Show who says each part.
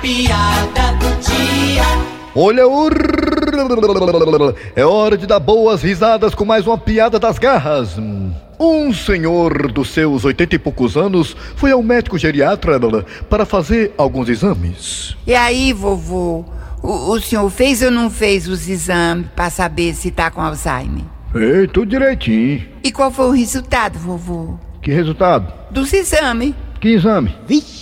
Speaker 1: piada do dia.
Speaker 2: Olha o. É hora de dar boas risadas com mais uma piada das garras. Um senhor dos seus oitenta e poucos anos foi ao médico geriatra para fazer alguns exames.
Speaker 3: E aí, vovô? O, o senhor fez ou não fez os exames pra saber se tá com Alzheimer?
Speaker 2: Ei, tudo direitinho.
Speaker 3: E qual foi o resultado, vovô?
Speaker 2: Que resultado?
Speaker 3: Dos exames?
Speaker 2: Que exame?
Speaker 4: Vixe!